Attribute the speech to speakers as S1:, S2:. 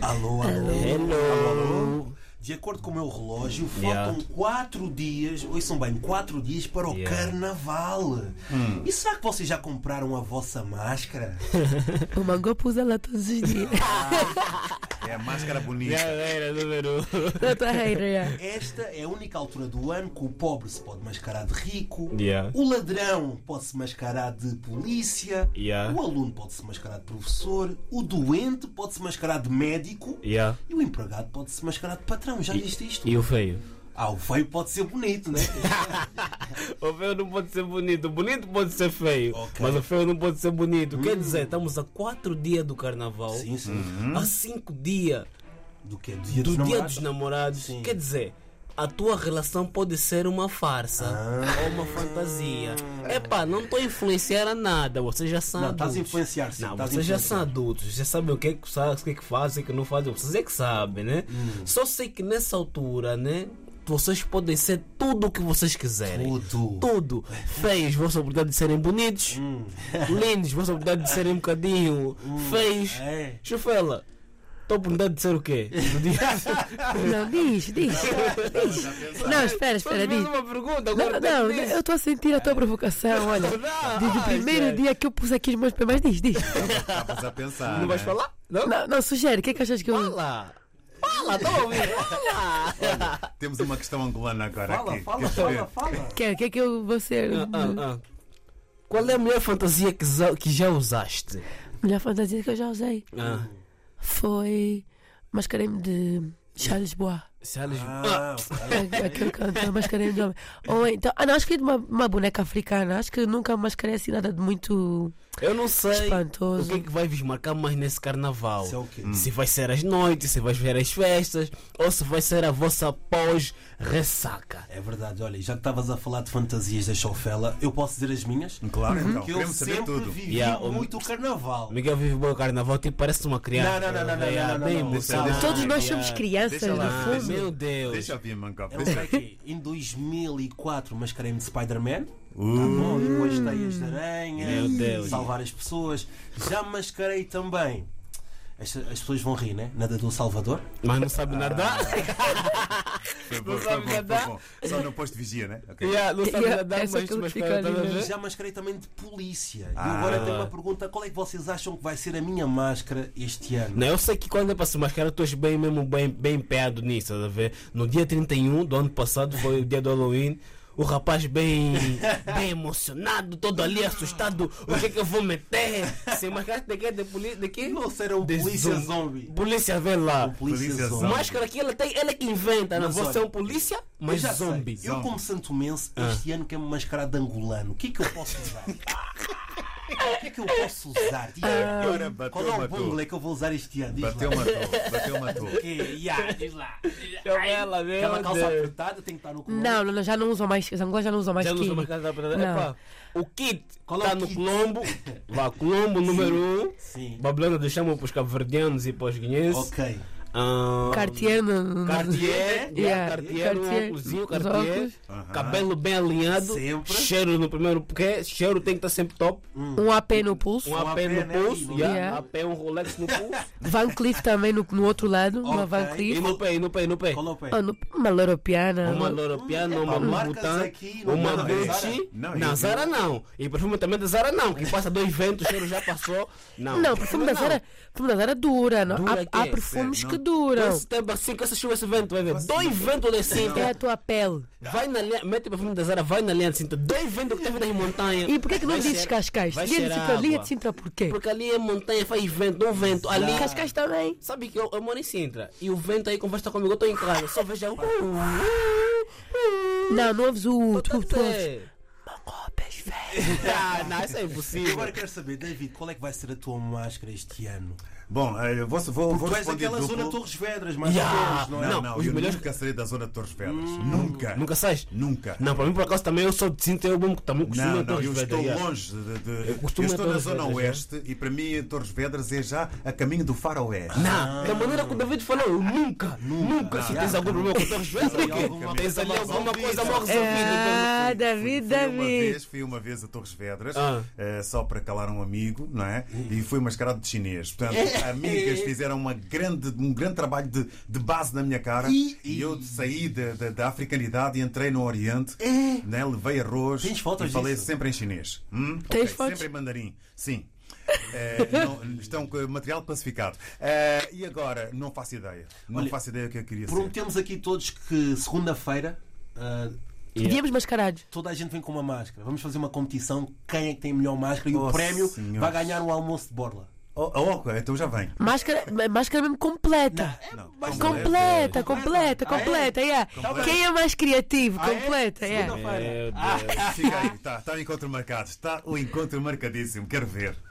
S1: Alô, alô.
S2: Hello.
S1: De acordo com o meu relógio,
S2: Yeah.
S1: faltam 4 dias, hoje são bem, 4 dias para o
S2: Yeah. Hum.
S1: carnaval. E será que vocês já compraram a vossa máscara?
S3: O Mangope usa ela todos os dias.
S4: É a máscara bonita.
S2: Galera número um.
S3: Eu tô a hater,
S1: Esta é a única altura do ano que o pobre se pode mascarar de rico,
S2: Yeah.
S1: o ladrão pode se mascarar de polícia,
S2: Yeah.
S1: o aluno pode se mascarar de professor, o doente pode se mascarar de médico
S2: yeah.
S1: e o empregado pode se mascarar de patrão. Já viste isto?
S2: E o feio?
S1: Ah, o feio pode ser bonito, né?
S2: O feio não pode ser bonito, o bonito pode ser feio,
S1: Ok. Hum.
S2: mas o feio não pode ser bonito. Quer dizer, estamos a quatro dias do carnaval,
S1: sim, sim.
S2: a cinco dias
S1: Do que é do dia
S2: Uhum.
S1: dos
S2: do dia
S1: namorados?
S2: dos namorados.
S1: Sim.
S2: Quer dizer, a tua relação pode ser uma farsa
S1: Ah.
S2: ou uma fantasia. Epá, não estou a influenciar a nada, vocês já são
S1: Não, estás
S2: adultos.
S1: a influenciar, sim.
S2: Não,
S1: estás a
S2: vocês já são
S1: influenciar.
S2: adultos, já sabem o que é que fazem, o que é que fazem, o que não fazem, vocês é que sabem, né? Só sei que nessa altura, né? Vocês podem ser tudo o que vocês quiserem.
S1: Tudo.
S2: Tudo. Feios, vossa oportunidade de serem bonitos. Lindos, vossa oportunidade de serem um bocadinho feios.
S1: É.
S2: Chufela, tua oportunidade de ser o quê? Do dia-
S3: já. Não, diz, diz. diz. Não, espera, espera,
S2: Faz
S3: diz.
S2: uma pergunta
S3: Não,
S2: agora. tem
S3: não,
S2: que
S3: não,
S2: dizer.
S3: eu estou a sentir a tua provocação, olha.
S2: Não,
S3: Desde o
S2: ai,
S3: primeiro
S2: sério.
S3: dia que eu pus aqui os meus pés, mas diz, diz.
S4: Estavas a pensar.
S2: Não
S4: né?
S2: vais falar? Não?
S3: Não, não, sugere, o que é que achas que eu.
S2: Fala! Fala, tá ouvindo? Fala!
S4: Temos uma questão angolana agora
S1: Fala,
S4: aqui.
S1: fala,
S4: Queres
S1: fala,
S4: ver?
S1: fala.
S3: Que é, que é que eu vou ser.
S2: Ah, ah, ah. Qual é a melhor fantasia que za- que já usaste?
S3: Melhor fantasia que eu já usei
S2: Ah,
S3: foi. Mascarei-me de Charles Bois.
S2: Charles
S1: Ah,
S3: É Aquele cantor, mascarei-me de homem. Ou então. Ah, não, acho que é de uma, uma boneca africana. Acho que nunca mascarei assim nada de muito
S2: Eu não sei o
S3: espantoso.
S2: que, é que vai vos marcar mais nesse carnaval.
S1: Isso é o quê?
S2: Se vai ser as noites, se vai ser as festas, ou se vai ser a vossa pós-ressaca.
S1: É verdade, olha, já que estavas a falar de fantasias da Chofela, eu posso dizer as minhas?
S4: Claro,
S2: Uhum.
S4: então.
S1: Que eu
S4: Queremos saber
S1: sempre
S4: tudo.
S1: vivi
S2: Yeah, o-
S1: muito o carnaval.
S2: Miguel vive bom o carnaval, tipo, parece uma criança.
S1: Não, não, não, não, não,
S2: É,
S1: não, não,
S2: bem
S1: não.
S2: emoção.
S4: Deixa-
S3: Todos nós
S2: É.
S3: somos crianças,
S4: deixa
S3: no
S4: lá,
S2: Ah,
S3: fundo.
S4: deixa-
S2: meu Deus.
S4: Deixa eu ver, Mangop.
S1: É um que em 2004 mascarei-me de Spider-Man. Tá bom, e com as teias de aranha,
S2: Uh. Meu Deus.
S1: salvar as pessoas. Já mascarei também. As, as pessoas vão rir, né? Nada do Salvador.
S2: Mas não sabe nadar?
S4: Foi bom,
S2: Não
S4: foi
S2: sabe
S4: bom, foi
S2: nadar?
S4: bom. Só no posto de vigia, né? Ok.
S2: Yeah, não sabe
S3: Yeah,
S2: nadar,
S3: é
S2: mas,
S3: só que ele
S2: mas
S3: fica
S2: cara,
S3: ali
S2: tá a
S3: mesmo.
S2: ver?
S1: Já mascarei também de polícia. E
S4: Ah.
S1: agora tenho uma pergunta: qual é que vocês acham que vai ser a minha máscara este ano?
S2: Não, eu sei que quando é para se mascarar, tu és bem mesmo bem, bem empenhado nisso, estás a ver? No dia 31 do ano passado, foi o dia do Halloween, o rapaz bem, bem emocionado, todo ali assustado, o que é que eu vou meter? Se mascarar de quê? De, poli- de quê?
S1: Não serão
S2: De
S1: um polícia
S2: zom-
S1: zombie.
S2: Polícia, vê lá.
S1: Polícia
S4: Polícia
S1: zombie.
S4: zombie.
S2: Máscara que ele tem, ele que inventa, não?
S1: Mas
S2: Você é
S1: olha,
S2: um polícia,
S1: Eu
S2: mas
S1: já sei.
S2: zombie.
S1: Eu, como santomense,
S4: Ah.
S1: este ano quero-me mascarar de angolano. O que é que eu posso usar? O que é que eu posso usar? Diz-me. Qual
S4: Agora Ah. bateu,
S1: é o
S4: matou.
S1: bungle que eu vou usar este ano? Diz lá.
S4: Bateu, matou. Bateu, matou.
S1: Que, yeah, diz lá.
S2: Chama ela, meu
S1: Aquela calça
S2: Deus.
S1: apertada tem que estar no colo.
S3: Não, não, não, já não usam mais. Os angolanos já não usam mais
S2: Já não
S3: que.
S2: sou mascarado da parada.
S3: Não.
S2: Epá, É o kit
S1: Qual é
S2: tá
S1: o
S2: no
S1: kit?
S2: Colombo. Vá, Colombo número 1. Um.
S1: Sim.
S2: Babilônia deixamos para os cabo-verdianos e para os guineenses.
S1: Ok.
S2: Ah,
S3: Cartier, não- não-
S2: Cartier,
S3: Yeah,
S2: yeah, Cartier, um
S3: Cartier,
S2: óculosinho,
S3: os
S2: Cartier,
S3: óculos.
S4: Aham.
S2: cabelo bem alinhado,
S1: Sempre.
S2: cheiro no primeiro, porque cheiro tem que estar sempre top,
S3: um AP no pulso.
S2: um AP
S1: AP,
S2: no
S1: né,
S2: pulso,
S1: aí,
S2: yeah,
S3: yeah.
S2: AP, um Rolex no pulso,
S3: Van Cleef também no, no outro lado. Uma
S1: Ok.
S3: Van Cleef.
S2: e no pé, e no pé, e no pé.
S1: Qual é o pé?
S3: Ah, no- uma loropiana.
S2: Uma Loropiano, uma
S1: Hum, marcas
S2: Louboutin,
S1: aqui, não
S2: uma
S1: dá pra usar.
S2: Gucci,
S4: Não,
S2: não,
S4: eu-
S2: Zara não, e perfume também da Zara não, que passa dois ventos, o cheiro já passou, não.
S3: Não, perfume da Zara, é perfume da Zara dura. não?
S2: Dura
S3: há, há
S2: que é,
S3: perfumes
S4: sério,
S3: que
S4: não.
S3: duram.
S2: Esse tempo assim, que essa chuva, esse vento, vai ver, dois ventos de cinta,
S3: É a tua pele.
S2: Vai na linha, mete o perfume da Zara, vai na então. linha de cinta, dói vendo que tá teve nas montanhas.
S3: E porquê que não
S2: Vai
S3: dizes
S2: ser-
S3: Cascais?
S2: vai
S3: Linha de
S2: cheirar
S3: Sintra, linha
S2: água.
S3: de Sintra porquê?
S2: Porque ali é montanha, faz vento, não vento. Ali.
S3: Cascais também.
S2: Sabe que eu, eu moro em Sintra e o vento aí conversa comigo, eu tô em casa, só vejo. "Uh, a-
S3: Não, não ouves o... Tu, tu ouves...
S2: Até-
S3: Mangopes, velho.
S2: Ah, não, isso é
S1: E Agora
S2: impossível.
S1: quero saber, David, qual é que vai ser a tua máscara este ano?
S4: Bom, eh, eu vou, vou,
S1: Porque
S4: vou
S1: tu és
S4: responder
S1: aquela
S4: duplo.
S1: zona Torres Vedras, mais
S2: Yeah.
S1: ou menos, não é?
S4: Não,
S2: Não,
S4: não,
S2: os
S4: eu
S2: melhores-
S4: nunca saí da zona de Torres Vedras.
S1: Hum,
S4: Nunca.
S2: Nunca sais?
S4: Nunca.
S2: Não, para mim por acaso também eu sou de Sintra, eu mesmo que também costumo
S4: Não,
S2: ir
S4: não,
S2: todos
S4: eu
S2: os
S4: estou
S2: dias.
S4: longe de. de-
S2: Eu
S4: eu
S2: costumo ir
S4: estou na
S2: Torres
S4: zona
S2: Vedras,
S4: oeste e para mim Torres Vedras é já a caminho do faroeste.
S2: Não, da maneira que o David falou, eu nunca, nunca. Se tens algum problema com o Torres Vedras,
S1: Tens
S2: por quê?
S1: alguma
S2: tens ali
S1: coisa mal
S2: alguma coisa mal
S1: resolvida.
S2: resolvida.
S3: Ah,
S4: Fui,
S3: David,
S4: fui uma
S3: David.
S4: vez, fui uma vez a Torres Vedras,
S2: Ah.
S4: eh, só para calar um amigo, não é? E fui mascarado de chinês. Portanto, amigas fizeram uma grande, um grande trabalho de, de base na minha cara.
S1: E-
S4: E, eu saí da, da, da africanidade e entrei no Oriente.
S1: É.
S4: Né? Levei arroz.
S1: Tens fotos
S4: e falei
S1: disso?
S4: sempre em chinês. Hum?
S3: Tens
S4: Ok,
S3: fotos?
S4: Sempre em mandarim. Sim. É, não- estão com material classificado. É, e agora? Não faço ideia. Não
S1: Olha, um
S4: faço ideia o que eu queria ser.
S1: Prometemos aqui todos que segunda-feira ah,
S3: Viemos mascarados.
S1: toda a gente vem com uma máscara. Vamos fazer uma competição. Quem é que tem a melhor máscara? E o
S4: Oh,
S1: prémio
S4: senhores.
S1: vai ganhar um almoço de borla.
S4: Oh, oh, ok, então já vem.
S3: Máscara, ma- máscara mesmo completa.
S4: Não,
S1: Mas-
S3: Completa,
S1: É.
S3: completa,
S1: Ah, é?
S3: completa, yeah. Quem é mais criativo,
S1: Ah, é?
S3: completa, yeah.
S1: Segunda-feira.
S2: Meu Deus.
S4: tá Fica aí, está tá o encontro marcado. Está o encontro tá marcadíssimo. Quero ver.